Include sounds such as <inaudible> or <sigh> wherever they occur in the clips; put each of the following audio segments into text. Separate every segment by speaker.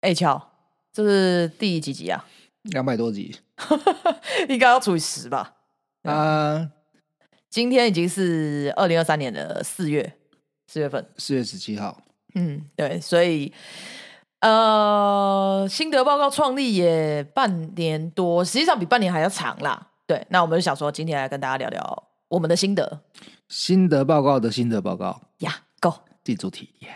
Speaker 1: 哎、乔，这是第几集啊？
Speaker 2: 两百多集
Speaker 1: 应该要除以十吧？
Speaker 2: 啊，
Speaker 1: 今天已经是二零二三年的四月，四月份。
Speaker 2: 四、月十七号，
Speaker 1: 嗯，对，所以呃，心得报告创立也半年多，实际上比半年还要长啦。对，那我们就想说，今天来跟大家聊聊我们的心得
Speaker 2: 心得报告的心得报告，
Speaker 1: 呀。Go，
Speaker 2: 记主题耶。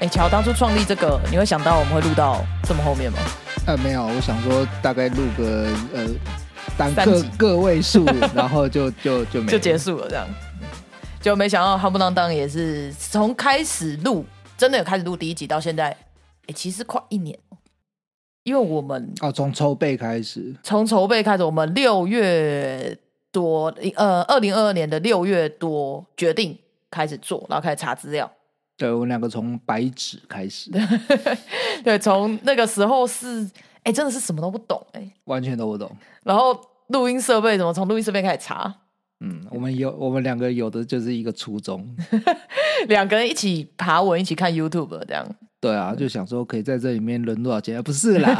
Speaker 1: 哎、乔，当初创立这个，你会想到我们会录到这么后面吗？
Speaker 2: 啊，没有，我想说大概录个呃单
Speaker 1: 三
Speaker 2: 个
Speaker 1: 集
Speaker 2: 个位数， <laughs> 然后就就就没
Speaker 1: 就
Speaker 2: 了
Speaker 1: 结束了，这样。就没想到夯不啷当也是从开始录，真的有开始录第一集到现在，哎、其实快一年哦，因为我们
Speaker 2: 哦，从筹备开始，
Speaker 1: 从筹备开始，我们六月多，呃，二零二二年的六月多决定开始做，然后开始查资料。
Speaker 2: 对我们两个从白纸开始，
Speaker 1: 对，从那个时候是，哎、真的是什么都不懂哎、
Speaker 2: 完全都不懂。
Speaker 1: 然后录音设备怎么从录音设备开始查，
Speaker 2: 嗯，我们有我们两个有的就是一个初 <laughs> 衷，
Speaker 1: 两个人一起爬文，一起看 YouTube 这样。
Speaker 2: 对啊，就想说可以在这里面轮多少钱，啊不是 <laughs> 啦，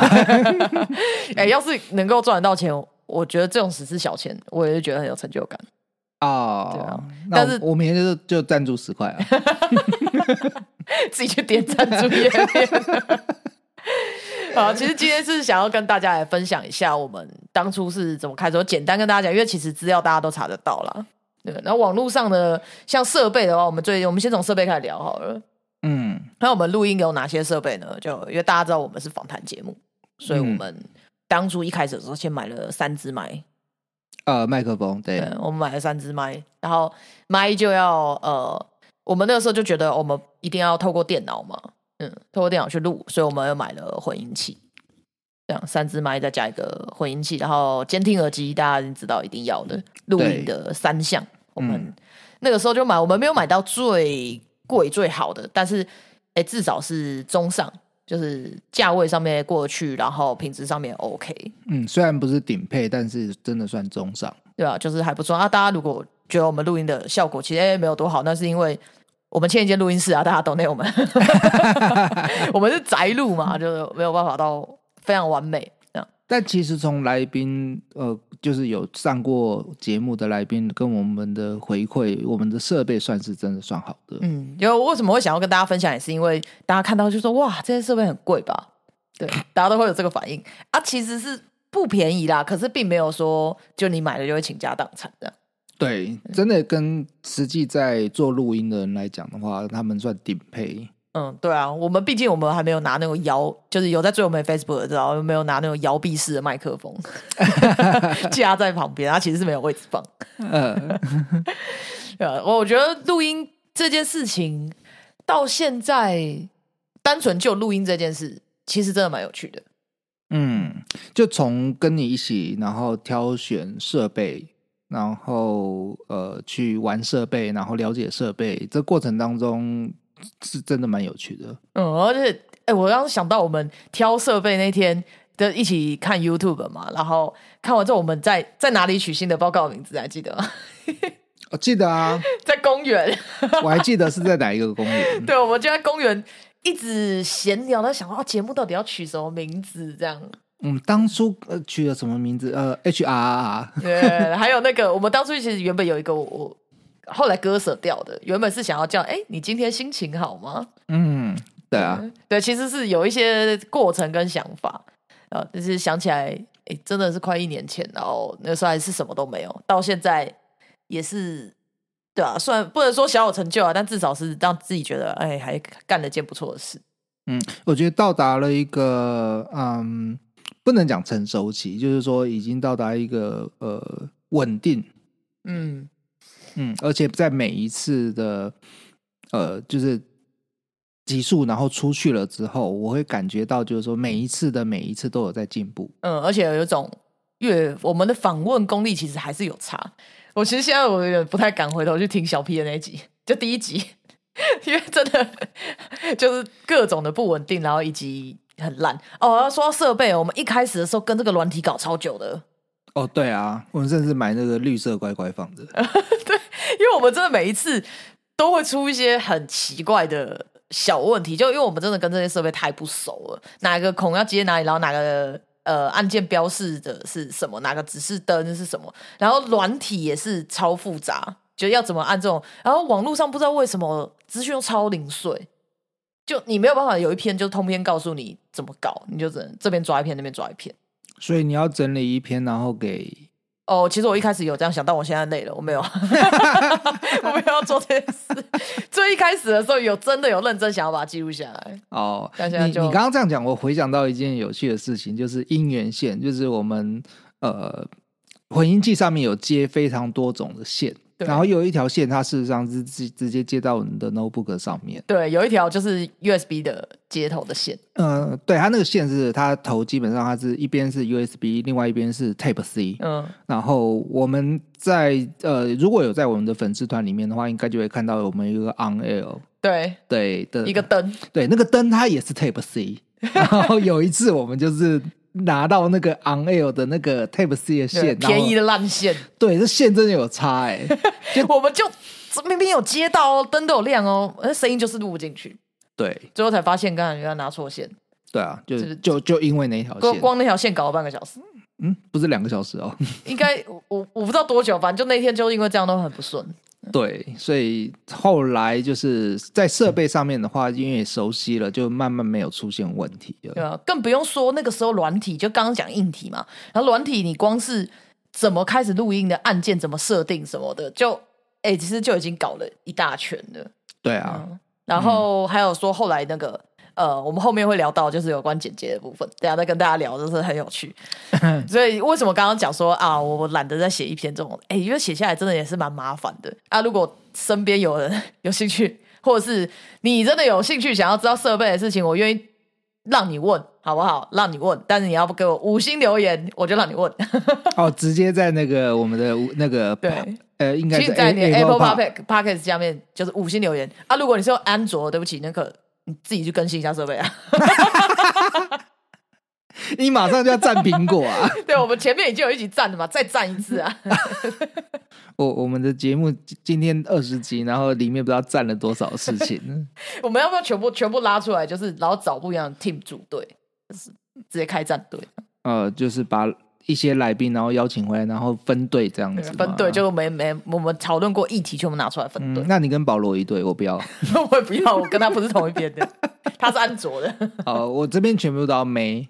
Speaker 1: 哎、要是能够赚得到钱，我觉得这种只是小钱，我也是觉得很有成就感。对
Speaker 2: 哦
Speaker 1: 啊，
Speaker 2: 那
Speaker 1: 但
Speaker 2: 我
Speaker 1: 是
Speaker 2: 我明天就就赞助十块啊，
Speaker 1: 自己去点赞助页面。 <laughs> 好，其实今天是想要跟大家来分享一下我们当初是怎么开始。我简单跟大家讲，因为其实资料大家都查得到啦。对，然后网络上的像设备的话，我们最我们先从设备开始聊好了。
Speaker 2: 嗯，
Speaker 1: 那我们录音有哪些设备呢？就因为大家知道我们是访谈节目，所以我
Speaker 2: 嗯
Speaker 1: 们当初一开始的时候先买了三支麦，
Speaker 2: 呃，麦克风，对，
Speaker 1: 对，我们买了三支麦，然后麦就要呃，我们那个时候就觉得我们一定要透过电脑嘛，嗯，透过电脑去录，所以我们又买了混音器，这样三支麦再加一个混音器，然后监听耳机，大家已经知道一定要的录音的三项，我们、
Speaker 2: 嗯
Speaker 1: 那个时候就买，我们没有买到最贵最好的，但是哎、诶至少是中上。就是价位上面过得去，然后品质上面也 OK，
Speaker 2: 嗯，虽然不是顶配，但是真的算中上。
Speaker 1: 对啊，就是还不错啊。大家如果觉得我们录音的效果其实、哎没有多好，那是因为我们欠一间录音室啊，大家懂内我们， <laughs> 我们是宅录嘛，就是没有办法到非常完美。这样
Speaker 2: 但其实从来宾，呃，就是有上过节目的来宾跟我们的回馈，我们的设备算是真的算好的。
Speaker 1: 嗯，因为为什么会想要跟大家分享，也是因为大家看到就说哇，这些设备很贵吧？对，大家都会有这个反应啊，其实是不便宜啦，可是并没有说就你买了就会倾家荡产这样。
Speaker 2: 对，真的跟实际在做录音的人来讲的话，他们算顶配。
Speaker 1: 嗯，对啊，我们毕竟我们还没有拿那种摇，就是有在追我们的 Facebook 的知道，没有拿那种摇臂式的麦克风 <laughs> 架在旁边，它其实是没有位置放。
Speaker 2: 呃，
Speaker 1: 对啊，我觉得录音这件事情到现在，单纯就录音这件事，其实真的蛮有趣的。
Speaker 2: 嗯，就从跟你一起，然后挑选设备，然后呃去玩设备，然后了解设备，这过程当中是真的蛮有趣的。
Speaker 1: 嗯，而且，哎、我刚刚想到我们挑设备那天的一起看 YouTube 嘛，然后看完之后，我们在在哪里取新的报告名字还记得吗？ <laughs>
Speaker 2: 我、记得啊，
Speaker 1: 在公园。
Speaker 2: 我还记得是在哪一个公园。
Speaker 1: 对，我们就在公园一直闲聊，在想说啊，节目到底要取什么名字这样。
Speaker 2: 我们当初呃取了什么名字？呃，H R R，
Speaker 1: 对，还有那个，我们当初其实原本有一个我，我后来割舍掉的，原本是想要叫哎，你今天心情好吗？
Speaker 2: 嗯， <laughs> 对啊，
Speaker 1: 对，其实是有一些过程跟想法，呃，但是想起来，哎，真的是快一年前，然后那时候还是什么都没有，到现在也是。对啊，算不能说小有成就啊，但至少是让自己觉得，哎，还干了件不错的事。
Speaker 2: 嗯，我觉得到达了一个嗯，不能讲成熟期，就是说已经到达一个呃稳定，
Speaker 1: 嗯，
Speaker 2: 嗯，而且在每一次的呃就是集数，然后出去了之后，我会感觉到就是说每一次的每一次都有在进步。
Speaker 1: 嗯，而且有一种越我们的访问功力其实还是有差。我其实现在我有点不太敢回头去听小 P 的那一集， <laughs> 就第一集，因为真的就是各种的不稳定，然后以及很烂哦。要说到设备，我们一开始的时候跟这个软体搞超久的，
Speaker 2: 哦，对啊，我们甚至买那个绿色乖乖放 <laughs> 着。
Speaker 1: 因为我们真的每一次都会出一些很奇怪的小问题，就因为我们真的跟这些设备太不熟了，哪个孔要接哪里，然后哪个呃按键标示的是什么，哪个指示灯是什么，然后软体也是超复杂，就要怎么按这种，然后网络上不知道为什么资讯都超零碎。就你没有办法有一篇就通篇告诉你怎么搞，你就只能这边抓一篇，那边抓一篇。
Speaker 2: 所以你要整理一篇，然后给
Speaker 1: 哦，其实我一开始有这样想，但我现在累了，我没
Speaker 2: <laughs>
Speaker 1: 有，我没有要做这件事。最一开始的时候，有真的有认真想要把它记录下来。
Speaker 2: 哦，
Speaker 1: 大
Speaker 2: 你
Speaker 1: 家
Speaker 2: 你
Speaker 1: 就
Speaker 2: 刚刚这样讲，我回想到一件有趣的事情，就是姻缘线，就是我们呃混音器上面有接非常多种的线，
Speaker 1: 对
Speaker 2: 然后有一条线它事实上是直直接接到你的 notebook 上面。
Speaker 1: 对，有一条就是 USB 的接头的线，
Speaker 2: 呃，对，它那个线是它头基本上它是一边是 USB，另外一边是 Type C。
Speaker 1: 嗯，
Speaker 2: 然后我们在呃，如果有在我们的粉丝团里面的话，应该就会看到我们有一个 On Air
Speaker 1: 对，
Speaker 2: 对的
Speaker 1: 一个灯，
Speaker 2: 对，那个灯它也是
Speaker 1: <laughs>
Speaker 2: Type C。然后有一次我们就是拿到那个 On Air 的那个 Type C
Speaker 1: 对
Speaker 2: 的线，然后
Speaker 1: 便宜的烂线，
Speaker 2: 对，这线真的有差
Speaker 1: <laughs>
Speaker 2: 哎、
Speaker 1: 我们就明明有接到哦，灯都有亮哦，那声音就是录不进去，
Speaker 2: 对
Speaker 1: 最后才发现刚才原来拿错线，
Speaker 2: 对啊，就
Speaker 1: 这个
Speaker 2: 就就因为那条
Speaker 1: 光
Speaker 2: 线，
Speaker 1: 光那条线搞了半个小时，
Speaker 2: 嗯，不是两个小
Speaker 1: <laughs>
Speaker 2: 时哦。
Speaker 1: 应该我我我不知道多久，反正就那天就因为这样都很不顺，
Speaker 2: 对，所以后来就是在设备上面的话，因为也熟悉了，就慢慢没有出现问题了。
Speaker 1: 对啊，更不用说那个时候软体，就刚刚讲硬体嘛，然后软体你光是怎么开始录音的按键怎么设定什么的，就哎、其实就已经搞了一大圈了。
Speaker 2: 对啊，
Speaker 1: 然后还有说后来那个。呃，我们后面会聊到就是有关剪接的部分，等一下再跟大家聊，就是很有
Speaker 2: <laughs>
Speaker 1: 趣。所以为什么刚刚讲说啊，我懒得再写一篇这种，哎，因为写下来真的也是蛮麻烦的啊。如果身边有人 <laughs> 有兴趣，或者是你真的有兴趣想要知道设备的事情，我愿意让你问，好不好？让你问，但是你要不给我五星留言，我就让你问。
Speaker 2: 哦，直接在那个我们的那个
Speaker 1: 对，
Speaker 2: 呃，应该
Speaker 1: 去
Speaker 2: 是
Speaker 1: 在你的
Speaker 2: A-
Speaker 1: Apple
Speaker 2: Pod-
Speaker 1: Park Podcast 下面就是五星留言啊。如果你是用安卓，对不起，那个你自己去更新一下设备啊。
Speaker 2: 你马上就要占苹果啊！
Speaker 1: 对，我们前面已经有一集赞的嘛，再赞一次啊！
Speaker 2: 我我们的节目今天二十集，然后里面不知道占了多少事
Speaker 1: <laughs>
Speaker 2: 情。
Speaker 1: 我们要不要全部全部拉出来？就是然后找不一样的 team 组队，就是直接开战队，
Speaker 2: 呃，就是把一些来宾然后邀请回来，然后分队这样子嘛。
Speaker 1: 分队就没没我们讨论过议题，全部拿出来分队
Speaker 2: 嗯，。那你跟保罗一队，
Speaker 1: <laughs>
Speaker 2: 我不要。
Speaker 1: 我也不要，我跟他不是同一边的，他是安卓的。
Speaker 2: 呃，我这边全部都要没。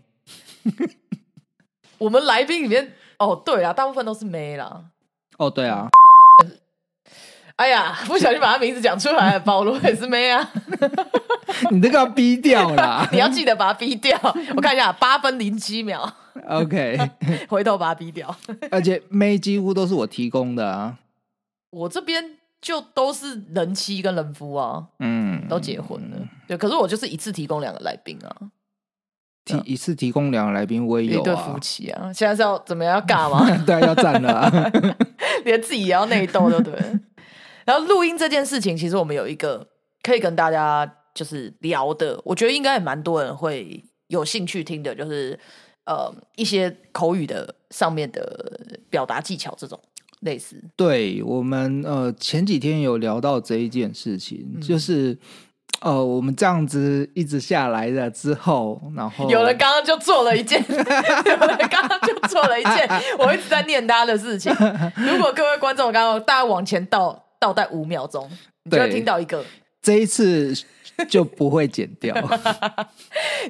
Speaker 1: 我们来宾里面，哦，对啊，大部分都是妹啦。
Speaker 2: 哦，对啊， <laughs>
Speaker 1: 哎呀，不小心把他名字讲出来了，啊保罗也是妹啊。。
Speaker 2: 你这个要逼掉啦
Speaker 1: 你要记得把它逼掉。我看一下，八分零七秒， <laughs>
Speaker 2: OK，
Speaker 1: 回头把它逼掉。
Speaker 2: 而且妹几乎都是我提供的啊。
Speaker 1: 我这边就都是人妻跟人夫啊，
Speaker 2: 嗯，
Speaker 1: 都结婚了。对，可是我就是一次提供两个来宾啊，
Speaker 2: 提一次提供两个来宾，我也
Speaker 1: 一
Speaker 2: 有
Speaker 1: 对夫
Speaker 2: 啊。
Speaker 1: 妻啊。现在是要怎么样要尬
Speaker 2: <laughs>
Speaker 1: 吗？
Speaker 2: 对啊，要占了啊。
Speaker 1: 连自己也要内斗，对不对了？然后录音这件事情，其实我们有一个可以跟大家就是聊的，我觉得应该也蛮多人会有兴趣听的，就是呃一些口语的上面的表达技巧这种类似。
Speaker 2: 对我们呃前几天有聊到这一件事情，
Speaker 1: 嗯
Speaker 2: 就是呃我们这样子一直下来了之后，然后
Speaker 1: <laughs> 有人刚刚就做了一件， <laughs> 有人刚刚就做了一件，我一直在念他的事情。如果各位观众刚刚大家往前倒倒带五秒钟，你就会
Speaker 2: 对
Speaker 1: 听到一个，
Speaker 2: 这一次就不会剪掉， <laughs>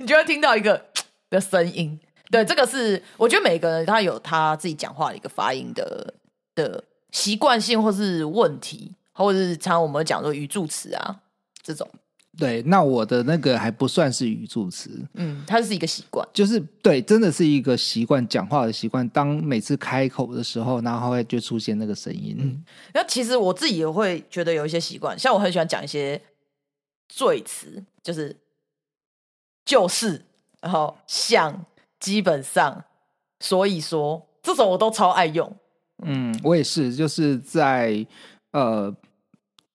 Speaker 1: 你就会听到一个的声音。对，这个是我觉得每个人他有他自己讲话的一个发音的的习惯性，或是问题，或者是常常我们讲说语助词啊这种，
Speaker 2: 对，那我的那个还不算是语助词，
Speaker 1: 嗯，它是一个习惯。
Speaker 2: 就是对，真的是一个习惯，讲话的习惯。当每次开口的时候，然后会就出现那个声音，
Speaker 1: 那其实我自己也会觉得有一些习惯，像我很喜欢讲一些赘词，就是就是，然后像、基本上、所以说，这种我都超爱用。
Speaker 2: 嗯，我也是，就是在呃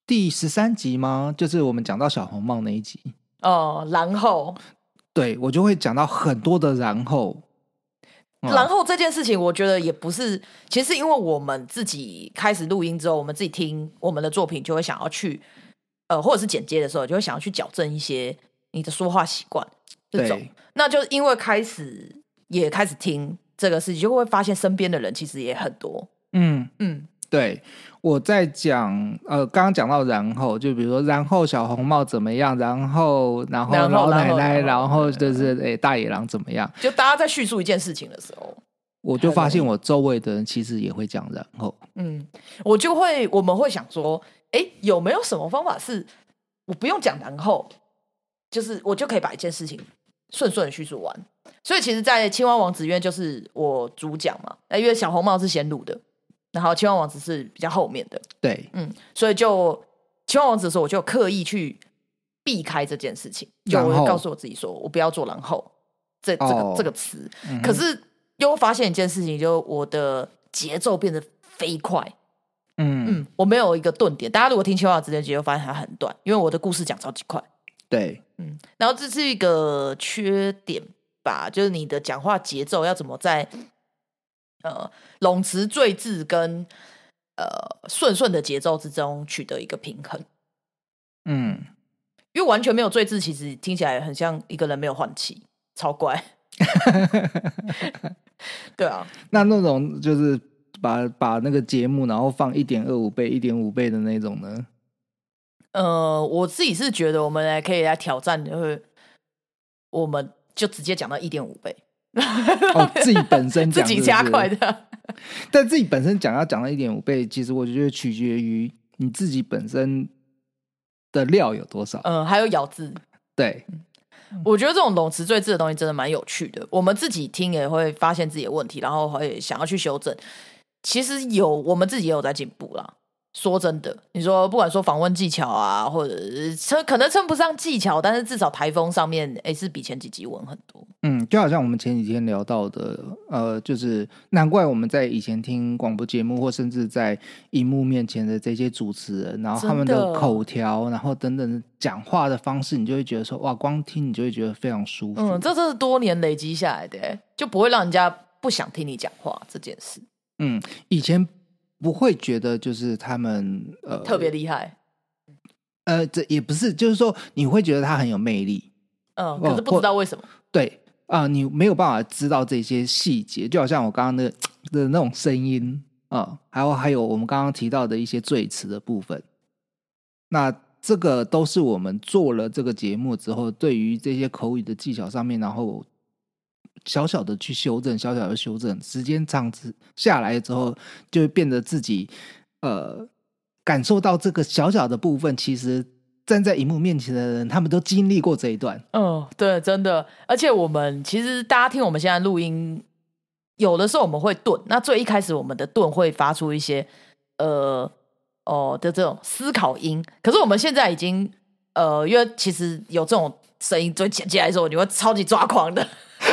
Speaker 2: 第十三集吗？就是我们讲到小红帽那一集，
Speaker 1: 哦、然后
Speaker 2: 对我就会讲到很多的然后，嗯
Speaker 1: 然后这件事情，我觉得也不是，其实因为我们自己开始录音之后，我们自己听我们的作品，就会想要去，呃，或者是剪接的时候，就会想要去矫正一些你的说话习惯这种
Speaker 2: 对。
Speaker 1: 那就因为开始也开始听这个事情，就会发现身边的人其实也很多，
Speaker 2: 嗯，
Speaker 1: 嗯，
Speaker 2: 对，我在讲呃，刚刚讲到然后，就比如说然后小红帽怎么样，然后然后
Speaker 1: 然后
Speaker 2: 老奶奶，
Speaker 1: 然后
Speaker 2: 然后就是诶、大野狼怎么样，
Speaker 1: 就大家在叙述一件事情的时候，
Speaker 2: 我就发现我周围的人其实也会讲然后，
Speaker 1: 嗯，我就会我们会想说，哎，有没有什么方法是我不用讲然后，就是我就可以把一件事情顺顺的叙述完？所以其实，在《青蛙王子》因为就是我主讲嘛，那因为小红帽是先录的，然后《青蛙王子》是比较后面的，
Speaker 2: 对，
Speaker 1: 嗯，所以就《青蛙王子》的时候，我就刻意去避开这件事情，就我
Speaker 2: 然后
Speaker 1: 会告诉我自己说，我不要做然后这这个、
Speaker 2: 哦
Speaker 1: 这个词，
Speaker 2: 嗯哼
Speaker 1: 可是又发现一件事情，就是我的节奏变得飞快。
Speaker 2: 嗯，
Speaker 1: 嗯，我没有一个顿点。大家如果听《青蛙王子》这集，就发现它很短，因为我的故事讲超级快。
Speaker 2: 对，
Speaker 1: 嗯，然后这是一个缺点吧，就是你的讲话节奏要怎么在呃冗词赘字跟呃顺顺的节奏之中取得一个平衡，
Speaker 2: 嗯，
Speaker 1: 因为完全没有赘字，其实听起来很像一个人没有换气，超怪。 <laughs> 对啊，
Speaker 2: 那那种就是把把那个节目然后放一点二五倍、一点五倍的那种呢，
Speaker 1: 呃，我自己是觉得我们来可以来挑战，就是我们就直接讲到一点五倍，
Speaker 2: 哦，自己本
Speaker 1: <laughs>
Speaker 2: 身
Speaker 1: 自
Speaker 2: 讲
Speaker 1: 己
Speaker 2: 是不
Speaker 1: 加
Speaker 2: 是
Speaker 1: 快的。 <laughs>
Speaker 2: 但自己本身讲要讲到一点五倍，其实我觉得取决于你自己本身的料有多少。
Speaker 1: 嗯，还有咬字，
Speaker 2: 对，
Speaker 1: 我觉得这种冗词赘字的东西真的蛮有趣的。我们自己听也会发现自己的问题，然后会想要去修正。其实有我们自己也有在进步啦。说真的，你说不管说访问技巧啊，或者是称可能称不上技巧，但是至少台风上面诶是比前几集稳很多。
Speaker 2: 嗯，就好像我们前几天聊到的，呃，就是难怪我们在以前听广播节目，或甚至在荧幕面前的这些主持人，然后他们
Speaker 1: 真
Speaker 2: 的
Speaker 1: 的
Speaker 2: 口条，然后等等的讲话的方式，你就会觉得说，哇，光听你就会觉得非常舒服。
Speaker 1: 嗯，这这是多年累积下来的欸、就不会让人家不想听你讲话这件事，
Speaker 2: 嗯，以前不会觉得就是他们呃
Speaker 1: 特别厉害。
Speaker 2: 呃，这也不是，就是说你会觉得他很有魅力，
Speaker 1: 嗯，可是不
Speaker 2: 或
Speaker 1: 知道为什么。
Speaker 2: 对啊、你没有办法知道这些细节，就好像我刚刚那个的那种声音啊、还有还有我们刚刚提到的一些最词的部分，那这个都是我们做了这个节目之后，对于这些口语的技巧上面，然后小小的去修正，小小的修正，时间长之下来之后，就会变得自己呃感受到这个小小的部分，其实站在荧幕面前的人，他们都经历过这一段，
Speaker 1: 嗯，对，真的。而且我们其实大家听我们现在录音，有的时候我们会顿，那最一开始我们的顿会发出一些呃哦的这种思考音，可是我们现在已经呃，因为其实有这种声音，所以剪辑来的时候你会超级抓狂的，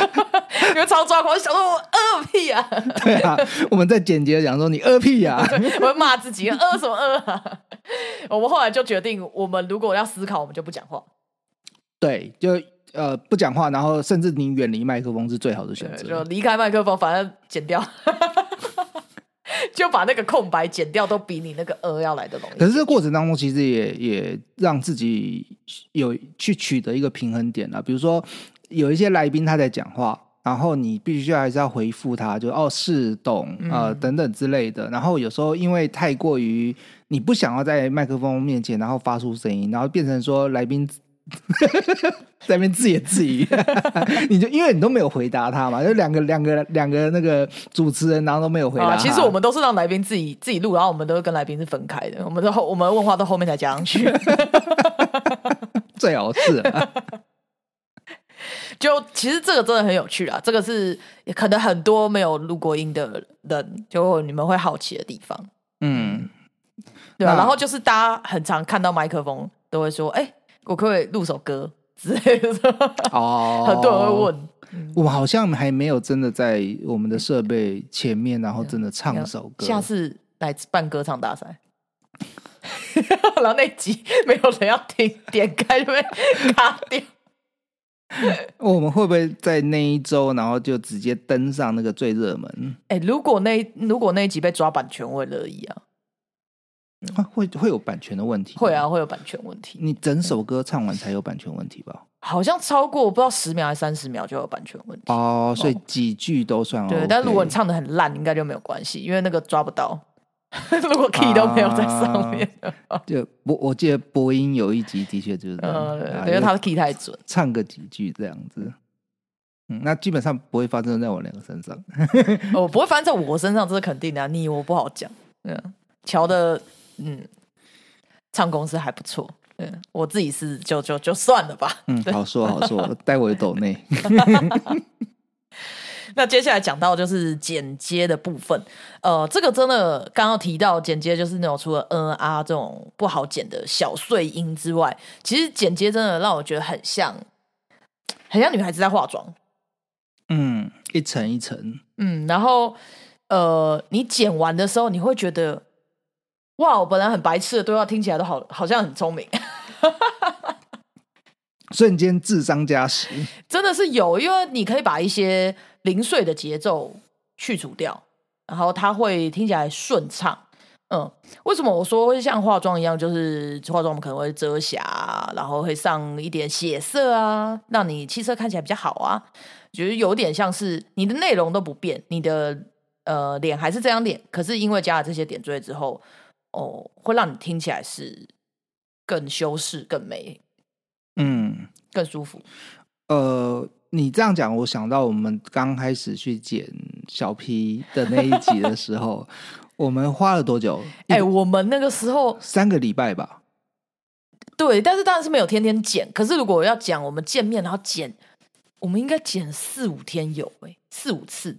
Speaker 1: <laughs> 你会超抓狂，想说我饿屁啊！ <laughs>
Speaker 2: <laughs> 对啊，我们在剪辑的讲说你饿屁呀、
Speaker 1: 我会骂自己，饿什么饿啊！ <laughs> 我们后来就决定，我们如果要思考，我们就不讲话。
Speaker 2: 对，就呃不讲话，然后甚至你远离麦克风是最好的选
Speaker 1: 对，就
Speaker 2: 择。
Speaker 1: 离开麦克风，反正剪掉， <laughs> 就把那个空白剪掉，都比你那个呃要来的容易。
Speaker 2: 可是这个过程当中，其实也也让自己有去取得一个平衡点了。比如说，有一些来宾他在讲话，然后你必须还是要回复他，就哦是懂呃
Speaker 1: 嗯
Speaker 2: 等等之类的。然后有时候因为太过于你不想要在麦克风面前，然后发出声音，然后变成说来宾 <laughs> 在那边自言自语， <laughs> 你就因为你都没有回答他嘛，就两个两个两个那个主持人，然后都没有回答他、
Speaker 1: 啊，其实我们都是让来宾自己自己录，然后我们都是跟来宾是分开的，我们都后我们问话到后面才加
Speaker 2: <laughs>
Speaker 1: 上去。
Speaker 2: 最好是啊、
Speaker 1: 就其实这个真的很有趣啊，这个是可能很多没有录过音的人，就你们会好奇的地方。
Speaker 2: 嗯。
Speaker 1: 对啊，
Speaker 2: 那
Speaker 1: 然后就是大家很常看到麦克风都会说：“哎、我可不可以录首歌之类的？”
Speaker 2: 哦，
Speaker 1: <laughs> 很多人会，问，
Speaker 2: 我们好像还没有真的在我们的设备前面，然后真的唱首歌。
Speaker 1: 下次来办歌唱大赛。然后那一集没有人要听，点开就被卡掉。
Speaker 2: 哦我们会不会在那一周，然后就直接登上那个最热门？
Speaker 1: <laughs> 哎、如果那如果那一集被抓版权，我也乐意啊，
Speaker 2: 啊会会有版权的问题？
Speaker 1: 会啊，，会有版权问题，
Speaker 2: 你整首歌唱完才有版权问题吧？
Speaker 1: 好像超过我不知道十秒还是三十秒就有版权问题。
Speaker 2: 哦，所以几句都算、OK。哦
Speaker 1: 对，但如果
Speaker 2: <laughs>
Speaker 1: 你唱的很烂，应该就没有关系，因为那个抓不到。 <laughs> 如果 key 都没有在上面， <laughs>
Speaker 2: 就我我记得播音有一集的确就是这样，
Speaker 1: 呃，
Speaker 2: 啊
Speaker 1: 对因为
Speaker 2: 就
Speaker 1: 他的 key 太准。
Speaker 2: 唱个几句这样子。嗯，那基本上不会发生在我两个身上。
Speaker 1: 我哦不会翻在我身上，这是肯定的、啊。你我不好讲。嗯，乔的嗯，唱功是还不错。嗯，我自己是就就就算了吧。 <laughs>
Speaker 2: 嗯，好说好说，待会抖内。
Speaker 1: 那接下来讲到就是剪接的部分，呃，这个真的刚刚提到剪接就是那种除了嗯啊这种不好剪的小碎音之外，其实剪接真的让我觉得很像，很像女孩子在化妆。
Speaker 2: 嗯，一层一层。
Speaker 1: 嗯，然后呃，你剪完的时候，你会觉得，哇，我本来很白痴的对话听起来都好，好像很聪明，
Speaker 2: 瞬间智商加十，
Speaker 1: 真的是有，因为你可以把一些零碎的节奏去除掉，然后它会听起来顺畅。嗯，为什么我说会像化妆一样？就是化妆我们可能会遮瑕啊，然后会上一点血色啊，让你气色看起来比较好啊。就是有点像是你的内容都不变，你的呃脸还是这张脸，可是因为加了这些点缀之后，哦，会让你听起来是更修饰、更美、
Speaker 2: 嗯，
Speaker 1: 更舒服。
Speaker 2: 呃，你这样讲，我想到我们刚开始去剪小 P 的那一集的时候，
Speaker 1: <laughs>
Speaker 2: 我们花了多久？
Speaker 1: 哎、我们那个时候
Speaker 2: 三个礼拜吧。
Speaker 1: 对，但是当然是没有天天剪。可是如果要讲我们见面然后剪，我们应该剪四五天有哎、四五次。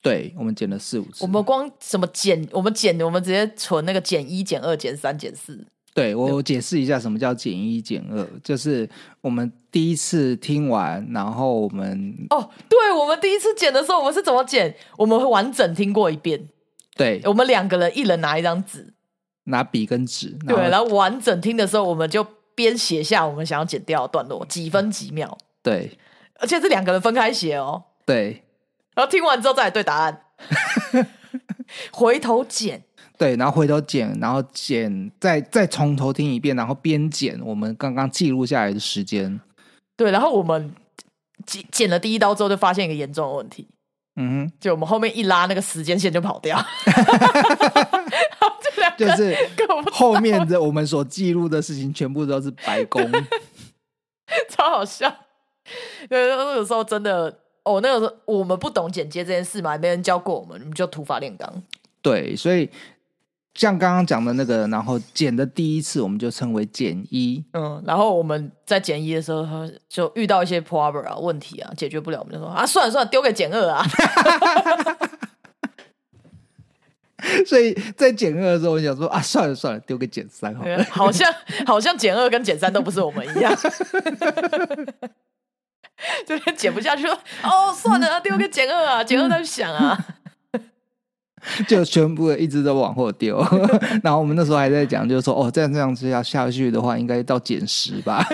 Speaker 2: 对，我们剪了四五次。
Speaker 1: 我们光什么剪，我们剪，我们直接存那个减一、减二、减三、减四。
Speaker 2: 对我解释一下什么叫减一减二，就是我们第一次听完，然后我们
Speaker 1: 哦，对，我们第一次剪的时候，我们是怎么剪？我们会完整听过一遍，
Speaker 2: 对
Speaker 1: 我们两个人一人拿一张纸，
Speaker 2: 拿笔跟纸，
Speaker 1: 对，然
Speaker 2: 后
Speaker 1: 后完整听的时候，我们就边写下我们想要剪掉的段落，几分几秒，
Speaker 2: 对
Speaker 1: 而且是两个人分开写哦。
Speaker 2: 对
Speaker 1: 然后听完之后再来对答案， <laughs> 回头剪。
Speaker 2: 对，然后回头剪，然后剪再再从头听一遍，然后边剪我们刚刚记录下来的时间。
Speaker 1: 对，然后我们剪剪了第一刀之后，就发现一个严重的问题，
Speaker 2: 嗯哼，
Speaker 1: 就我们后面一拉那个时间线就跑 <laughs> 掉，这两个 <laughs>
Speaker 2: 就是
Speaker 1: 根本不
Speaker 2: 后面的我们所记录的事情全部都是白宫。
Speaker 1: 超好笑。对，那个时候真的，哦，那个时候我们不懂剪接这件事嘛，也没人教过我们，我们就土法炼钢。
Speaker 2: 对，所以像刚刚讲的那个，然后剪的第一次我们就称为剪一。
Speaker 1: 嗯，然后我们在剪一的时候就遇到一些 problem 啊问题啊，解决不了，我们就说啊，算了算了，丢给剪二啊。
Speaker 2: 所以在减二的时候，我想说啊，算了算了，丢给减三好了。
Speaker 1: 啊好像好像减二跟减三都不是我们一样， <laughs> 就连减不下去了。哦，算了，丢个减二啊，减二再去想啊。
Speaker 2: 就全部一直都往后丢。 <laughs> 然后我们那时候还在讲，就是说哦，这样这样子下下去的话，应该到减十吧。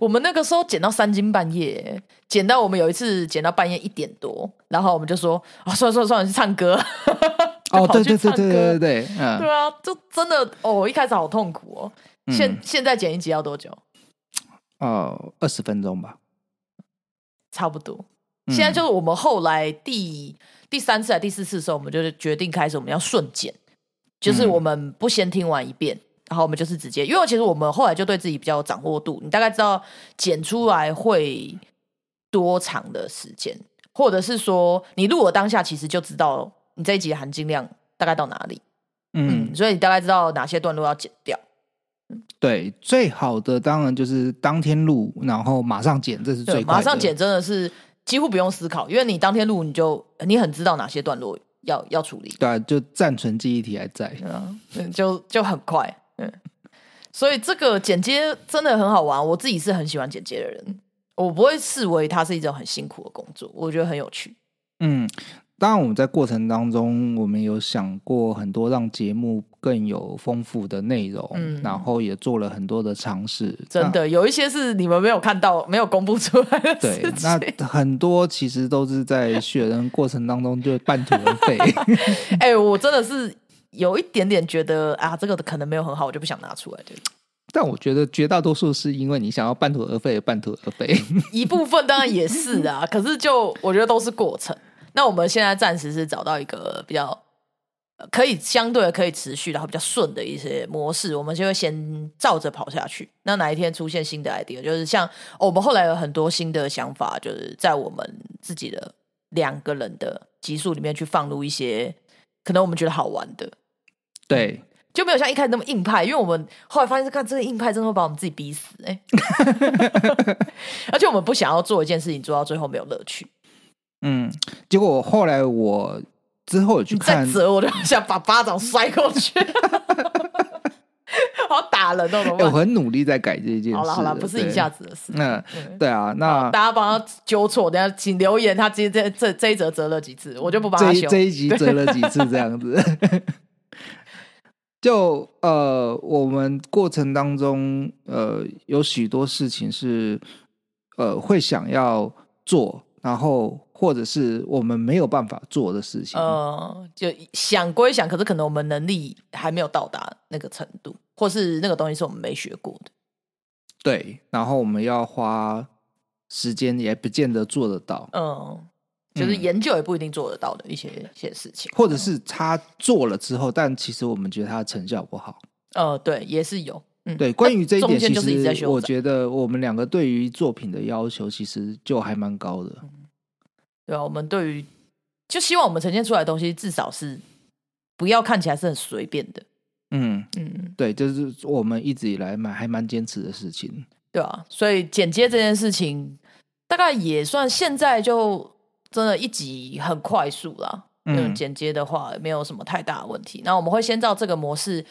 Speaker 1: 我们那个时候减到三更半夜，减到我们有一次减到半夜一点多，然后我们就说啊、算了算了算了，去唱歌。
Speaker 2: 哦，
Speaker 1: 跑
Speaker 2: 对
Speaker 1: 去
Speaker 2: 对对
Speaker 1: 唱歌
Speaker 2: 对对对对，嗯，
Speaker 1: 对啊，就真的哦，一开始好痛苦哦。现、现在减一集要多久？
Speaker 2: 哦，二十分钟吧。
Speaker 1: 差不多。
Speaker 2: 嗯
Speaker 1: 现在就是我们后来第第三次还第四次的时候，我们就是决定开始我们要瞬剪，
Speaker 2: 嗯
Speaker 1: 就是我们不先听完一遍，然后我们就是直接，因为其实我们后来就对自己比较有掌握度，你大概知道剪出来会多长的时间，或者是说你录了当下其实就知道你这一集的含金量大概到哪里，
Speaker 2: 嗯，
Speaker 1: 嗯，所以你大概知道哪些段落要剪掉。
Speaker 2: 对，最好的当然就是当天录，然后马上剪，这是最
Speaker 1: 对，
Speaker 2: 快的
Speaker 1: 马上剪。真的是几乎不用思考，因为你当天录你就你很知道哪些段落要要处理。
Speaker 2: 对啊，就暂存记忆体还在。
Speaker 1: 嗯，就就很快，嗯，所以这个剪接真的很好玩，我自己是很喜欢剪接的人，我不会视为它是一种很辛苦的工作，我觉得很有趣。
Speaker 2: 嗯，当然我们在过程当中，我们有想过很多让节目更有丰富的内容，
Speaker 1: 嗯
Speaker 2: 然后也做了很多的尝试。
Speaker 1: 真的有一些是你们没有看到、没有公布出来的
Speaker 2: 那对
Speaker 1: 事，情。
Speaker 2: 那很多其实都是在雪人过程当中就半途而废。 <laughs>
Speaker 1: <laughs> 哎、我真的是有一点点觉得啊，这个可能没有很好，我就不想拿出来。对，
Speaker 2: 但我觉得绝大多数是因为你想要半途而废，半途而废。 <laughs>
Speaker 1: 一部分当然也是啊，可是就我觉得都是过程。那我们现在暂时是找到一个比较呃可以相对可以持续，然后比较顺的一些模式，我们就会先照着跑下去。那哪一天出现新的 idea，就是像、哦我们后来有很多新的想法，就是在我们自己的两个人的集数里面去放入一些可能我们觉得好玩的，
Speaker 2: 对，
Speaker 1: 就没有像一开始那么硬派，因为我们后来发现，看这个硬派真的会把我们自己逼死哎、 <laughs> 而且我们不想要做一件事情做到最后没有乐
Speaker 2: <laughs>
Speaker 1: 趣，
Speaker 2: 嗯，结果后来我之后有去
Speaker 1: 你再
Speaker 2: 看，
Speaker 1: 折我就想把巴掌摔过去， <laughs> 好打人哦，怎么
Speaker 2: 哎我
Speaker 1: 办？
Speaker 2: 很努力在改这件事。
Speaker 1: 好了好了，不是嗯一下。子的事
Speaker 2: 对。那对啊，那
Speaker 1: 大家帮他纠错，等一下请留言，他今天这这这一折折了几次，我就不帮
Speaker 2: 这
Speaker 1: 他
Speaker 2: 一
Speaker 1: 修。
Speaker 2: 这一集折了几次这样子。 <laughs> 就呃，我们过程当中，呃，有许多事情是呃会想要做，然后或者是我们没有办法做的事情。
Speaker 1: 呃，就想归想，可是可能我们能力还没有到达那个程度，或是那个东西是我们没学过的。
Speaker 2: 对，然后我们要花时间，也不见得做得到，
Speaker 1: 嗯，就是
Speaker 2: 嗯
Speaker 1: 研究也不一定做得到的一些一些事情，
Speaker 2: 或者是他做了之后，但其实我们觉得他的成效不好。
Speaker 1: 呃，对，也是有，嗯，
Speaker 2: 对，关于这一
Speaker 1: 中
Speaker 2: 点，
Speaker 1: 间
Speaker 2: 其
Speaker 1: 就是一直在
Speaker 2: 实
Speaker 1: 修
Speaker 2: 我
Speaker 1: 正
Speaker 2: 觉得我们两个对于作品的要求其实就还蛮高的。
Speaker 1: 对啊，我们对于就希望我们呈现出来的东西，至少是不要看起来是很随便的，
Speaker 2: 嗯，
Speaker 1: 嗯，
Speaker 2: 对，这是我们一直以来蛮还蛮坚持的事情。
Speaker 1: 对啊，所以剪接这件事情，大概也算现在就真的一集很快速啦，嗯，
Speaker 2: 嗯
Speaker 1: 剪接的话没有什么太大的问题。那我们会先照这个模式，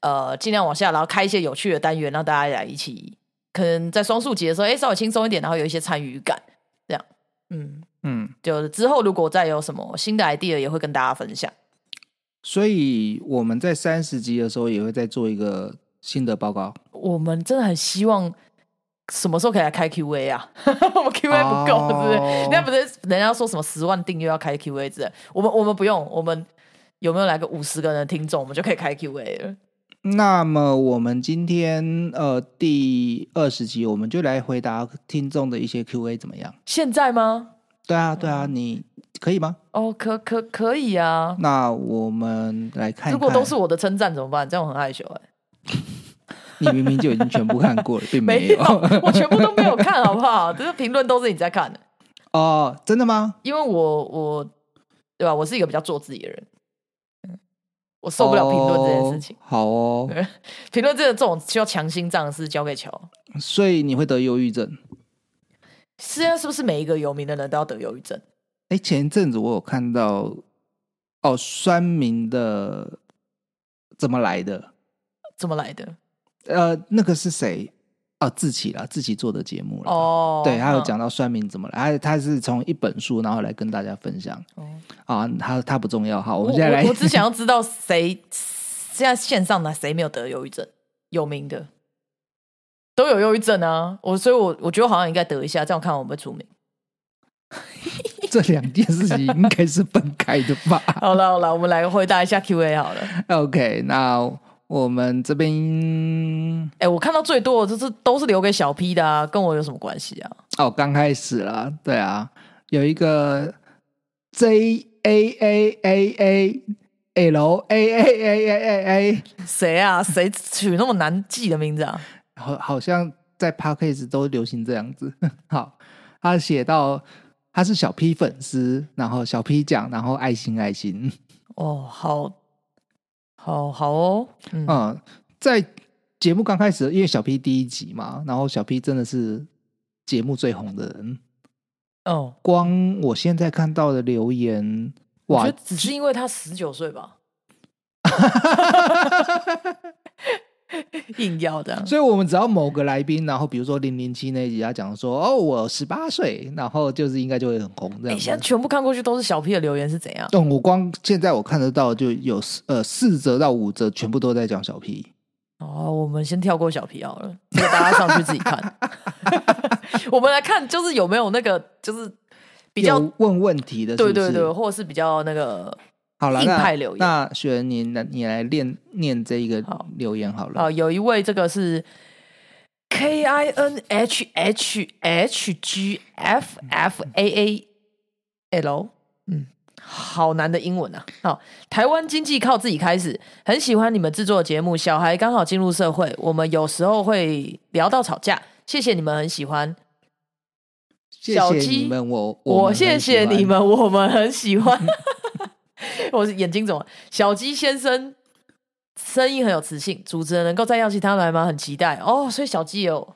Speaker 1: 呃，尽量往下，然后开一些有趣的单元，让大家来一起，可能在双数节的时候，哎，稍微轻松一点，然后有一些参与感，这样，嗯，
Speaker 2: 嗯，
Speaker 1: 就是之后如果再有什么新的 idea，也会跟大家分享。
Speaker 2: 所以我们在三十集的时候也会再做一个新的报告。
Speaker 1: 我们真的很希望什么时候可以来开 Q&A 啊？ <laughs> 我们 Q&A 不够，是不是？
Speaker 2: 哦
Speaker 1: 人家不是人家说什么十万订阅要开 Q&A 之类，我们我们不用，我们有没有来个五十个人的听众，我们就可以开 Q&A 了。
Speaker 2: 那么我们今天呃第二十集，我们就来回答听众的一些 Q&A 怎么样？
Speaker 1: 现在吗？
Speaker 2: 对啊，对
Speaker 1: 嗯
Speaker 2: 啊，你可以吗？
Speaker 1: 哦，可可可以啊。
Speaker 2: 那我们来看看，
Speaker 1: 如果都是我的称赞怎么办？这样我很害羞哎、
Speaker 2: 你明明就已经全部看过
Speaker 1: <laughs>
Speaker 2: 了，并
Speaker 1: 没
Speaker 2: 有
Speaker 1: 我全部都没有看，好不好？这是评论都是你在看的，
Speaker 2: <laughs> 哦，真的吗？
Speaker 1: 因为我我对吧？我是一个比较做自己的人，我受不了评论这件事情。
Speaker 2: 哦好哦，
Speaker 1: 评论这个这种需要强心脏的事，交给乔。
Speaker 2: 所以你会得忧郁症。
Speaker 1: 世界上是不是每一个有名的人都要得忧郁症？
Speaker 2: 哎，前一阵子我有看到哦，酸民的怎么来的？
Speaker 1: 怎么来的？
Speaker 2: 呃，那个是谁？哦，自己啦，自己做的节目了。
Speaker 1: 哦，
Speaker 2: 对，他有
Speaker 1: 嗯，
Speaker 2: 讲到酸民怎么来，他他是从一本书，然后来跟大家分享。
Speaker 1: 哦
Speaker 2: 啊，他他不重要，好，我
Speaker 1: 我
Speaker 2: 们现在来
Speaker 1: 我我只想要知道谁现在线上的啊谁没有得忧郁症，有名的都有忧郁症啊。我所以我，我觉得好像应该得一下，这样看我们会出名。
Speaker 2: <laughs> 这两件事情应该是分开的吧
Speaker 1: 好了好了，我们来回答一下 Q&A 好了。
Speaker 2: ？OK，那我们这边
Speaker 1: 哎、我看到最多的就是都是留给小 P 的啊，跟我有什么关系啊？
Speaker 2: 哦，刚开始啦，对啊，有一个 J A A A A L A A A A A A，
Speaker 1: 谁啊？谁取那么难记的名字啊？
Speaker 2: 好，好像在 p a c k a g e 都流行这样子。 <laughs> 好，他写到他是小 P 粉丝，然后小 P 奖，然后爱心爱心，
Speaker 1: 哦，好，好好哦，嗯，
Speaker 2: 嗯，在节目刚开始，因为小 P 第一集嘛，然后小 P 真的是节目最红的人。
Speaker 1: 哦，
Speaker 2: 光我现在看到的留言，
Speaker 1: 我觉
Speaker 2: 哇
Speaker 1: 得，只是因为他十九岁吧。 <laughs> 硬要这样。
Speaker 2: 所以我们只要某个来宾，然后比如说零零七那一集，他讲说哦，我十八岁，然后就是应该就会很红这
Speaker 1: 哎、
Speaker 2: 样
Speaker 1: 现在
Speaker 2: 子。
Speaker 1: 全部看过去都是小 P 的留言是怎样？
Speaker 2: 嗯，我光现在我看得到就有四呃四折到五折，全部都在讲小 P。
Speaker 1: 哦，我们先跳过小 P 好了，这个大家上去自己看。 <laughs> 我们来看，就是有没有那个，就是比较
Speaker 2: 有问问题的是不
Speaker 1: 对
Speaker 2: 是，
Speaker 1: 对对，或者是比较那个
Speaker 2: 好了，
Speaker 1: 硬
Speaker 2: 那
Speaker 1: 派留言
Speaker 2: 那雪你来你来念念这一个
Speaker 1: 好
Speaker 2: 留言好了。
Speaker 1: 啊、有一位这个是 K I N H H H G F F A A L，嗯，好难的英文啊！好、台湾经济靠自己开始，很喜欢你们制作的节目。小孩刚好进入社会，我们有时候会聊到吵架，谢谢你们，很喜欢。
Speaker 2: 谢
Speaker 1: 小
Speaker 2: 谢
Speaker 1: 鸡
Speaker 2: 你们，我
Speaker 1: 我
Speaker 2: 们
Speaker 1: 谢
Speaker 2: 很喜
Speaker 1: 谢
Speaker 2: 欢
Speaker 1: 你。们， <laughs> 我们很喜欢。 <laughs> 我是眼睛肿了，小鸡先生声音很有磁性，主持人能够再邀请他来吗？很期待哦。所以小鸡也有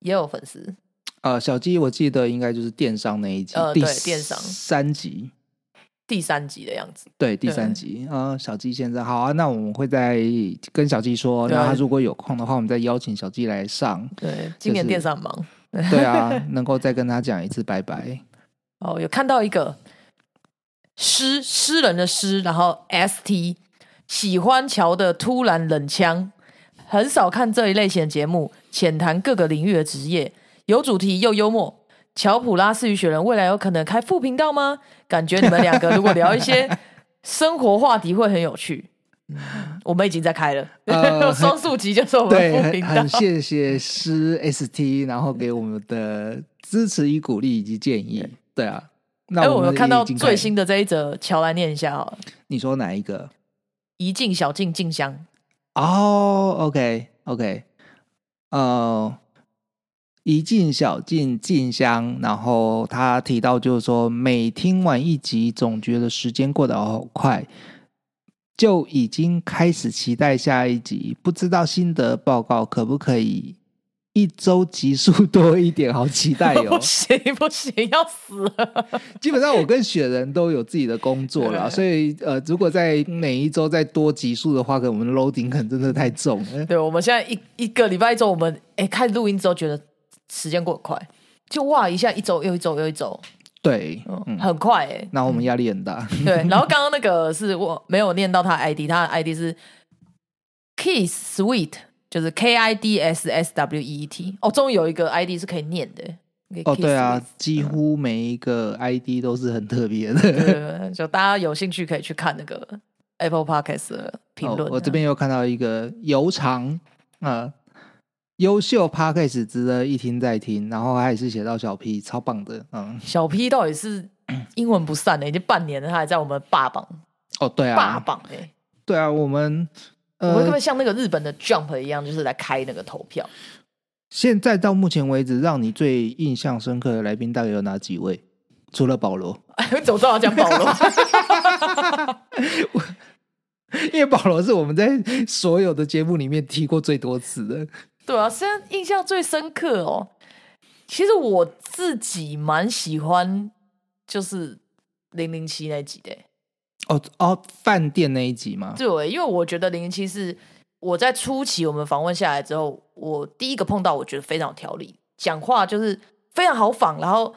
Speaker 1: 也有粉丝，
Speaker 2: 呃，小鸡我记得应该就是电商那一集，
Speaker 1: 呃
Speaker 2: 第
Speaker 1: 对电商
Speaker 2: 三集，
Speaker 1: 第三集的样子。
Speaker 2: 对第三
Speaker 1: 对
Speaker 2: 集啊、呃小鸡先生，好啊，那我们会再跟小鸡说，
Speaker 1: 对
Speaker 2: 那他如果有空的话，我们再邀请小鸡来上。
Speaker 1: 对，今年
Speaker 2: 就是
Speaker 1: 电商很忙
Speaker 2: <laughs> 对啊，能够再跟他讲一次拜拜。
Speaker 1: 哦，有看到一个诗诗人的诗，然后 S T 喜欢乔的突然冷枪，很少看这一类型的节目，浅谈各个领域的职业，有主题又幽默。乔普拉斯与雪人未来有可能开副频道吗？感觉你们两个如果聊一些生活话题会很有趣。嗯我们已经在开了， <laughs>
Speaker 2: 呃
Speaker 1: 双数集就是 <laughs> 我们
Speaker 2: 对，
Speaker 1: 的副频
Speaker 2: 很
Speaker 1: 道
Speaker 2: 很。谢谢师 ST，然后给我们的支持与鼓励以及建议。对啊，
Speaker 1: 哎，
Speaker 2: 那
Speaker 1: 我
Speaker 2: 们
Speaker 1: 们
Speaker 2: 已
Speaker 1: 看到
Speaker 2: 经
Speaker 1: 最
Speaker 2: 开
Speaker 1: 新的这一则，乔来念一下好了。
Speaker 2: 你说哪一个？
Speaker 1: 一进小进进香，
Speaker 2: 哦，OK，OK、o k OK，呃，一进小进进香，然后他提到就是说，每听完一集，总觉得时间过得好快，就已经开始期待下一集。不知道心得报告可不可以一周集数 <laughs> 多一点？好期待哟、
Speaker 1: <laughs> 不行不行，要死了！
Speaker 2: 基本上我跟雪人都有自己的工作啦，
Speaker 1: <laughs> 对
Speaker 2: 所以呃，如果在每一周再多集数的话，可能我们 loading 可能真的太重了。
Speaker 1: 对，我们现在一一个礼拜一周，我们哎开始录音之后，觉得时间过得快，就哇一下一周又一周又一周，
Speaker 2: 对，
Speaker 1: 嗯，很快
Speaker 2: <laughs>
Speaker 1: 哎、
Speaker 2: 那我们压力
Speaker 1: <laughs>
Speaker 2: 很大。
Speaker 1: 对，然后刚刚那个是我没有念到他的 ID，他的 ID 是 Kiss Sweet，就是 K I D S S W E E T。哦，终于有一个 ID 是可以念的。
Speaker 2: 哦，对
Speaker 1: Kiss
Speaker 2: 啊
Speaker 1: Sweet，，
Speaker 2: 几乎每一
Speaker 1: 嗯
Speaker 2: 个 ID 都是很特别
Speaker 1: 对
Speaker 2: 的。
Speaker 1: 对对就大家有兴趣可以去看那个 Apple Podcast 的 <laughs> 评论、啊
Speaker 2: 哦我这边又看到一个油长啊，优秀 Podcast 值得一听再听，然后他也是写到小 P，超棒的。嗯，
Speaker 1: 小 P 到底是 <clears throat> 英文不欸善的、已经半年了，他还在我们霸榜、
Speaker 2: 哦，对
Speaker 1: 霸
Speaker 2: 啊，
Speaker 1: 榜哎、欸，
Speaker 2: 对啊，我们
Speaker 1: 我会不会
Speaker 2: 呃，
Speaker 1: 像那个日本的 Jump 一样，就是来开那个投票？ <laughs>
Speaker 2: 现在到目前为止，让你最印象深刻的来宾大概有哪几位？除了保罗， <laughs>
Speaker 1: 哎，总算要讲保罗，
Speaker 2: 因为保罗是我们在所有的节目里面提过最多次的。
Speaker 1: <laughs> 对啊，现在印象最深刻哦。其实我自己蛮喜欢，就是零零七那集的、欸
Speaker 2: 哦哦，饭店那一集吗？
Speaker 1: 对、因为我觉得零零七是我在初期我们访问下来之后，我第一个碰到，我觉得非常有条理，讲话就是非常好仿，然后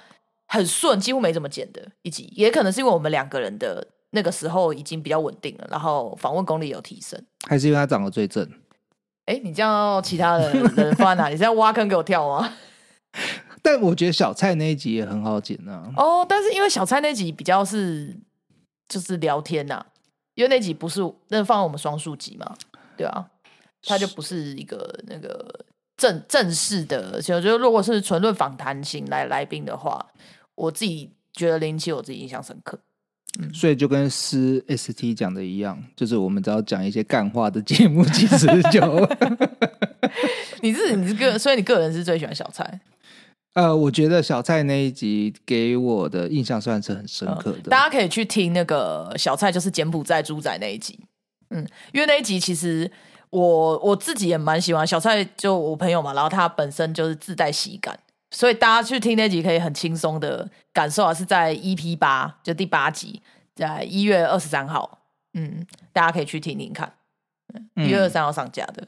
Speaker 1: 很顺，几乎没怎么剪的一集。也可能是因为我们两个人的那个时候已经比较稳定了，然后访问功力有提升。
Speaker 2: 还是因为他长得最正？
Speaker 1: 哎，你这样要其他的人放在哪里？你是要挖坑给我跳吗？
Speaker 2: 但我觉得小蔡那一集也很好剪啊。
Speaker 1: 哦，但是因为小蔡那集比较是就是聊天呐、因为那集不是那放在我们双数集嘛，对啊，它就不是一个那个正正式的，就就如果是纯论访谈型来来宾的话，我自己觉得零七我自己印象深刻， <laughs>
Speaker 2: 所以就跟师 ST 讲的一样，就是我们只要讲一些干话的节目，其实
Speaker 1: <laughs>
Speaker 2: 就
Speaker 1: 你是你是个，所以你个人是最喜欢小蔡，
Speaker 2: 呃，我觉得小蔡那一集给我的印象算是很深刻的。
Speaker 1: 哦大家可以去听那个小蔡就是柬埔寨猪仔那一集，嗯，因为那一集其实我我自己也蛮喜欢小蔡，就我朋友嘛，然后他本身就是自带喜感，所以大家去听那集可以很轻松的感受啊，是在 EP 八就第八集，在一月二十三号，嗯，大家可以去听听看，一月二
Speaker 2: 嗯
Speaker 1: 十三号上架的，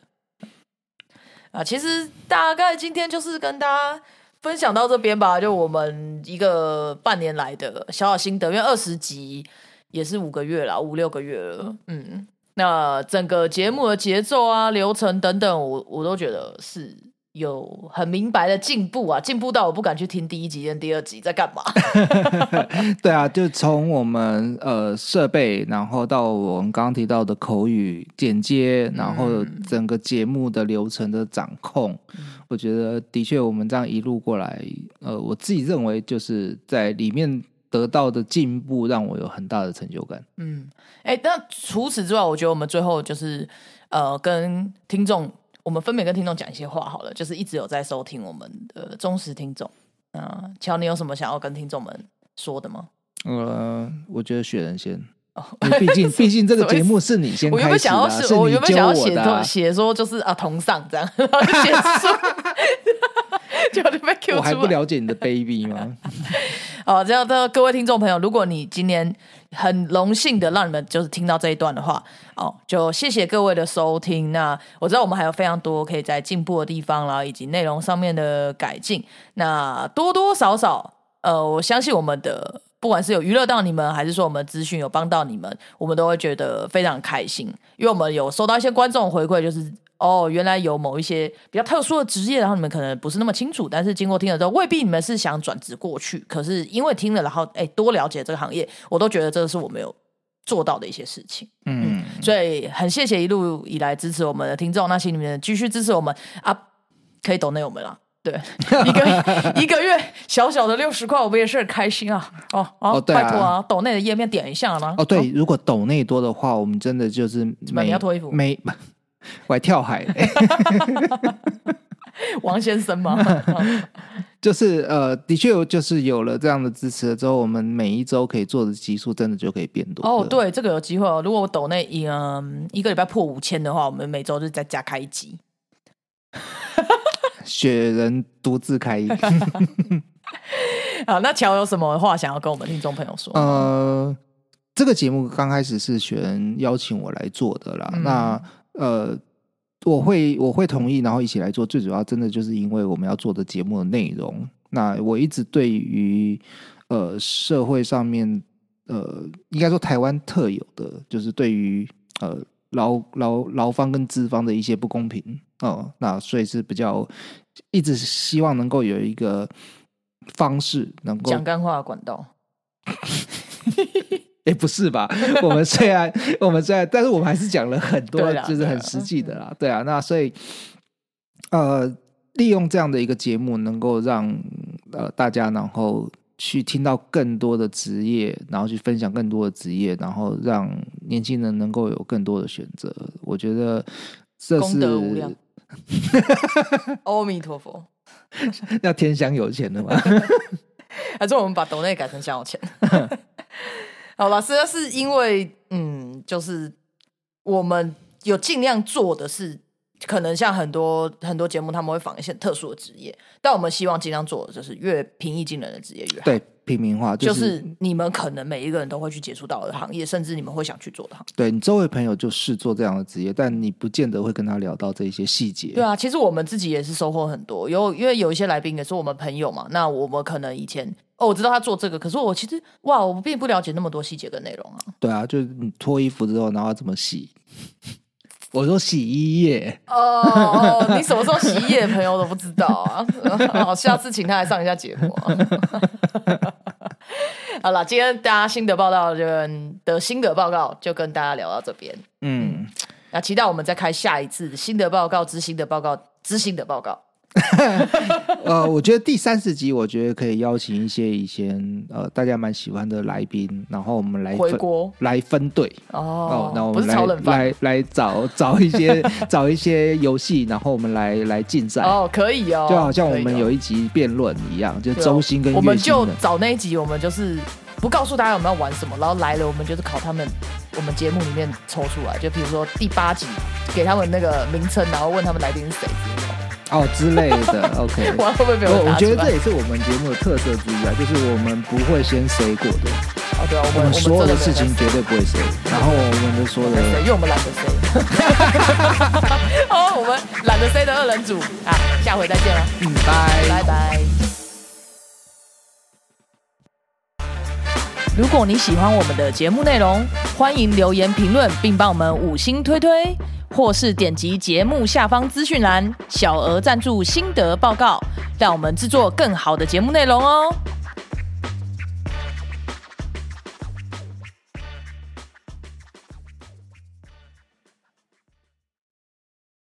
Speaker 1: 啊，其实大概今天就是跟大家分享到这边吧，就我们一个半年来的小小心得，因为二十集也是五个月啦，五六个月了，嗯，那整个节目的节奏啊、流程等等，我我都觉得是。有很明白的进步啊，进步到我不敢去听第一集跟第二集在干嘛。
Speaker 2: 对啊，就从我们呃设备，然后到我们刚刚提到的口语剪接，然后整个节目的流程的掌控，
Speaker 1: 嗯
Speaker 2: 我觉得的确我们这样一路过来，呃，我自己认为就是在里面得到的进步，让我有很大的成就感。
Speaker 1: 嗯，哎、那除此之外，我觉得我们最后就是呃，跟听众，我们分别跟听众讲一些话好了，就是一直有在收听我们的忠实听众。嗯、乔，你有什么想要跟听众们说的吗？
Speaker 2: 呃，我觉得雪人先，
Speaker 1: 哦
Speaker 2: 因为毕竟毕竟这个
Speaker 1: <laughs> 什么意
Speaker 2: 节
Speaker 1: 思
Speaker 2: 目是你先
Speaker 1: 我原本
Speaker 2: 开始
Speaker 1: 想
Speaker 2: 的
Speaker 1: 要
Speaker 2: 啊，
Speaker 1: 写，
Speaker 2: 是
Speaker 1: 我
Speaker 2: 你
Speaker 1: 原本
Speaker 2: 揪
Speaker 1: 想要
Speaker 2: 我
Speaker 1: 写
Speaker 2: 的
Speaker 1: 说
Speaker 2: 啊。
Speaker 1: 写说就是啊同上这样，然后就写
Speaker 2: <laughs>
Speaker 1: 说，结果就被 Q
Speaker 2: 我还
Speaker 1: 出
Speaker 2: 不
Speaker 1: 来。
Speaker 2: 了解你的 baby 吗？
Speaker 1: <laughs> 好，哦这样的各位听众朋友，如果你今天很荣幸的让你们就是听到这一段的话，哦，就谢谢各位的收听。那我知道我们还有非常多可以在进步的地方啦，以及内容上面的改进。那多多少少，呃，我相信我们的不管是有娱乐到你们，还是说我们资讯有帮到你们，我们都会觉得非常开心，因为我们有收到一些观众回馈，就是。哦，原来有某一些比较特殊的职业，然后你们可能不是那么清楚，但是经过听了之后，未必你们是想转职过去，可是因为听了，然后哎多了解这个行业，我都觉得这是我们有做到的一些事情。
Speaker 2: 嗯，
Speaker 1: 所以很谢谢一路以来支持我们的听众，那请你们继续支持我们啊，可以懂内我们啦。对，
Speaker 2: <laughs>
Speaker 1: 一个一个月小小的六十块，我们也是很开心啊！哦
Speaker 2: 哦对啊
Speaker 1: 拜托啊，抖内的页面点一下啦。
Speaker 2: 哦，对，如果抖内多的话，我们真的就是
Speaker 1: 么
Speaker 2: 每
Speaker 1: 你要脱衣服
Speaker 2: 每 <laughs> 我还跳海， <laughs>
Speaker 1: 王先生
Speaker 2: <laughs>
Speaker 1: 嘛，
Speaker 2: 就是呃，的确有就是有了这样的支持了之后，我们每一周可以做的集数真的就可以变多。
Speaker 1: 哦，，对，这个有机会哦。如果我抖内一嗯一个礼拜破五千的话，我们每周就再加开一集。
Speaker 2: 雪人独自开一
Speaker 1: 啊，那乔有什么话想要跟我们听众朋友说？
Speaker 2: 呃，这个节目刚开始是雪人邀请我来做的啦。
Speaker 1: 嗯
Speaker 2: 那呃，我会我会同意，然后一起来做。最主要真的就是因为我们要做的节目的内容。那我一直对于呃社会上面呃，应该说台湾特有的，就是对于呃劳劳劳方跟资方的一些不公平哦、那所以是比较一直希望能够有一个方式能够
Speaker 1: 讲干话的管道，
Speaker 2: 哎，不是吧？我们虽然我们虽然，但是我们还是讲了很多
Speaker 1: 对啦，
Speaker 2: 就是
Speaker 1: 对
Speaker 2: 很
Speaker 1: 啦嗯
Speaker 2: 实际的啦，对啊。那所以，呃，利用这样的一个节目，能够让呃大家，然后去听到更多的职业，然后去分享更多的职业，然后让年轻人能够有更多的选择。我觉得这
Speaker 1: 功德无
Speaker 2: 是
Speaker 1: 量。阿弥陀佛，
Speaker 2: 要天香有钱
Speaker 1: <laughs>
Speaker 2: 的嘛。
Speaker 1: 还是我们把抖内改成香油钱？ <laughs> 好了，实际上是因为，嗯，就是我们有尽量做的是，可能像很多很多节目他们会仿一些特殊的职业，但我们希望尽量做的就是越平易近人的职业越好。
Speaker 2: 对，平民化
Speaker 1: 就
Speaker 2: 就是
Speaker 1: 是你们可能每一个人都会去接触到的行业，甚至你们会想去做的行业。
Speaker 2: 对你周围朋友就试做这样的职业，但你不见得会跟他聊到这一些细节。
Speaker 1: 对啊，其实我们自己也是收获很多，有因为有一些来宾也是我们朋友嘛，那我们可能以前哦，我知道他做这个，可是我其实哇，我并不了解那么多细节跟内容啊。
Speaker 2: 对啊，就是你脱衣服之后，然后要怎么洗？我说洗衣液，
Speaker 1: 哦，哦，你什么时候洗衣液的朋友都不知道啊？ <laughs> 好，下次请他来上一下节目、啊。 <laughs> 好了，今天大家心得报道就跟的心得报告就跟大家聊到这边。
Speaker 2: 嗯，
Speaker 1: 那期待我们再开下一次心得报告之心得报告之心得报告。
Speaker 2: 呃，我觉得第三十集，我觉得可以邀请一些以前呃大家蛮喜欢的来宾，然后我们来
Speaker 1: 回
Speaker 2: 分
Speaker 1: 锅
Speaker 2: 来分队
Speaker 1: 哦，
Speaker 2: 那我
Speaker 1: 不
Speaker 2: 们
Speaker 1: 是
Speaker 2: 来
Speaker 1: 炒冷饭
Speaker 2: 来来找找一些找一些游戏，然后我们来来竞赛，
Speaker 1: 哦，可以哦，
Speaker 2: 就好像我
Speaker 1: 可
Speaker 2: 们
Speaker 1: 以哦
Speaker 2: 有一集辩论一样，就
Speaker 1: 对哦
Speaker 2: 周星跟
Speaker 1: 我们
Speaker 2: 月星
Speaker 1: 就
Speaker 2: 的。
Speaker 1: 找那一集，我们就是不告诉大家我们要玩什么，然后来了我们就是考他们，我们节目里面抽出来，啊就比如说第八集给他们那个名称，然后问他们来宾是谁之类的，
Speaker 2: 哦之类的，OK。
Speaker 1: <laughs> 我会不会被
Speaker 2: 我
Speaker 1: 我
Speaker 2: 我
Speaker 1: 打出
Speaker 2: 觉
Speaker 1: 来？
Speaker 2: 得这也是我们节目的特色之一啊，就是我们不会先 say 过的，
Speaker 1: 啊，对啊，我
Speaker 2: 我
Speaker 1: 们
Speaker 2: 们
Speaker 1: 们
Speaker 2: 所有
Speaker 1: 真
Speaker 2: 的
Speaker 1: 没
Speaker 2: 事 <laughs> 情
Speaker 1: 在
Speaker 2: 绝对不会谁，然后我们就说
Speaker 1: 没谁
Speaker 2: 了，
Speaker 1: 因为我们懒得 say。哦，我们懒得 say 的二人组啊，下回再见了，
Speaker 2: 嗯，拜
Speaker 1: 拜拜。如果你喜欢我们的节目内容，欢迎留言评论，并帮我们五星推推，或是点击节目下方资讯栏小额赞助心得报告，让我们制作更好的节目内容哦。